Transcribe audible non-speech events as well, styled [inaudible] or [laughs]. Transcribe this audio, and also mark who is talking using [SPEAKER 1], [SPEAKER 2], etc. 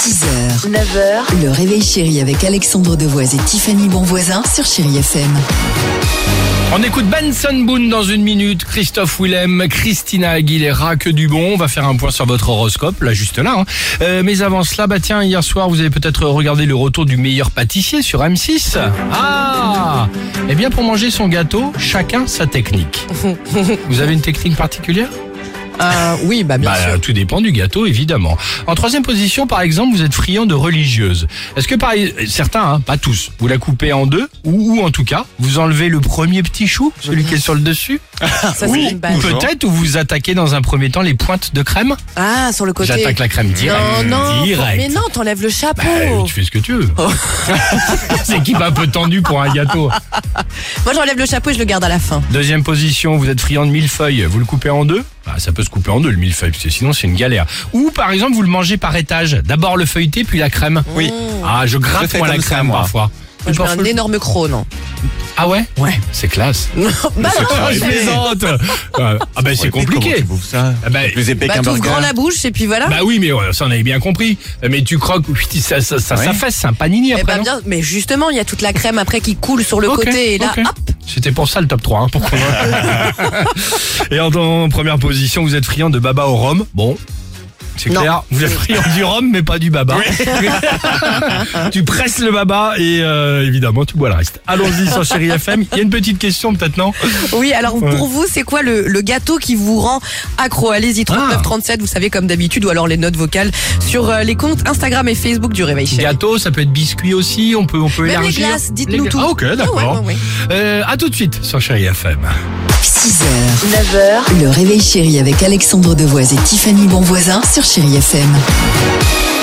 [SPEAKER 1] 6h, 9h, le réveil chéri avec Alexandre Devoise et Tiffany Bonvoisin sur Chéri FM.
[SPEAKER 2] On écoute Benson Boone dans une minute, Christophe Willem, Christina Aguilera, que du bon. On va faire un point sur votre horoscope, là, juste là. hein. Euh, mais avant cela, bah tiens, hier soir, vous avez peut-être regardé le retour du meilleur pâtissier sur M6. Ah Eh bien, pour manger son gâteau, chacun sa technique. vous avez une technique particulière
[SPEAKER 3] Euh, oui, bah bien
[SPEAKER 2] Bah,
[SPEAKER 3] sûr.
[SPEAKER 2] tout dépend du gâteau, évidemment. En troisième position, par exemple, vous êtes friand de religieuse. Est-ce que par certains, hein, pas tous, vous la coupez en deux, ou, ou en tout cas, vous enlevez le premier petit chou, celui qui est sur le dessus
[SPEAKER 3] Ça,
[SPEAKER 2] Oui,
[SPEAKER 3] c'est une base.
[SPEAKER 2] ou peut-être, ou vous attaquez dans un premier temps les pointes de crème
[SPEAKER 3] Ah, sur le côté.
[SPEAKER 2] J'attaque la crème direct.
[SPEAKER 3] Non, non,
[SPEAKER 2] direct.
[SPEAKER 3] mais non, t'enlèves le chapeau.
[SPEAKER 2] Euh, tu fais ce que tu veux.
[SPEAKER 3] Oh.
[SPEAKER 2] [laughs] C'est qui un peu tendu pour un gâteau.
[SPEAKER 3] Moi, j'enlève le chapeau et je le garde à la fin.
[SPEAKER 2] Deuxième position, vous êtes friand de millefeuille. Vous le coupez en deux Bah, Ça peut se couper en deux le millefeuille, parce que sinon c'est une galère. Ou par exemple, vous le mangez par étage. D'abord le feuilleté, puis la crème.
[SPEAKER 4] Oui.
[SPEAKER 2] Ah, je gratte
[SPEAKER 4] Je fais
[SPEAKER 2] moi la
[SPEAKER 4] comme ça,
[SPEAKER 2] crème
[SPEAKER 4] moi.
[SPEAKER 2] parfois.
[SPEAKER 3] Moi, je mets un
[SPEAKER 2] Parfois, je-
[SPEAKER 3] énorme crône.
[SPEAKER 2] Ah ouais
[SPEAKER 3] Ouais.
[SPEAKER 2] C'est
[SPEAKER 4] [laughs]
[SPEAKER 2] classe.
[SPEAKER 3] Non, [laughs] bah
[SPEAKER 2] Oh,
[SPEAKER 3] non,
[SPEAKER 2] je
[SPEAKER 3] mais-
[SPEAKER 2] plaisante Ah ah bah c'est compliqué.
[SPEAKER 4] ça
[SPEAKER 2] Ah bah,
[SPEAKER 4] Plus épais
[SPEAKER 3] Bah,
[SPEAKER 4] qu'un
[SPEAKER 3] t'ouvres
[SPEAKER 4] burger.
[SPEAKER 3] grand la bouche et puis voilà.
[SPEAKER 2] bah oui, mais ouais, ça on avait bien compris. Mais tu croques, [laughs] ça, ça, ça,
[SPEAKER 4] Ouais.
[SPEAKER 2] ça fesse, c'est un panini
[SPEAKER 3] Eh
[SPEAKER 2] après.
[SPEAKER 3] bah,
[SPEAKER 2] non
[SPEAKER 3] bien, mais justement, il y a toute la crème après qui coule sur le
[SPEAKER 2] Ok,
[SPEAKER 3] côté et là,
[SPEAKER 2] ok.
[SPEAKER 3] hop,
[SPEAKER 2] C'était pour ça le top 3, hein, pour [laughs] convaincre. Et en, en première position, vous êtes friand de baba au rhum. Bon. C'est
[SPEAKER 3] Non.
[SPEAKER 2] clair, vous êtes friand du rhum, mais pas du baba. [laughs] tu presses le baba et euh, évidemment, tu bois le reste. Allons-y sur Chéri FM. Il y a une petite question peut-être, non
[SPEAKER 3] Oui, alors pour vous, c'est quoi le, le gâteau qui vous rend accro Allez-y, 3937, vous savez, comme d'habitude, ou alors les notes vocales sur euh, les comptes Instagram et Facebook du Réveil Chéri.
[SPEAKER 2] Gâteau, ça peut être biscuit aussi, on peut, on peut
[SPEAKER 3] Même les
[SPEAKER 2] élargir.
[SPEAKER 3] glaces, dites-nous
[SPEAKER 2] gla-
[SPEAKER 3] tout.
[SPEAKER 2] Ah, ok,
[SPEAKER 3] Ah ouais,
[SPEAKER 2] d'accord.
[SPEAKER 3] ouais, ouais.
[SPEAKER 2] Euh, à tout de suite sur Chéri FM.
[SPEAKER 1] 6h, 9h, le réveil chéri avec Alexandre Devoise et Tiffany Bonvoisin sur Chéri FM.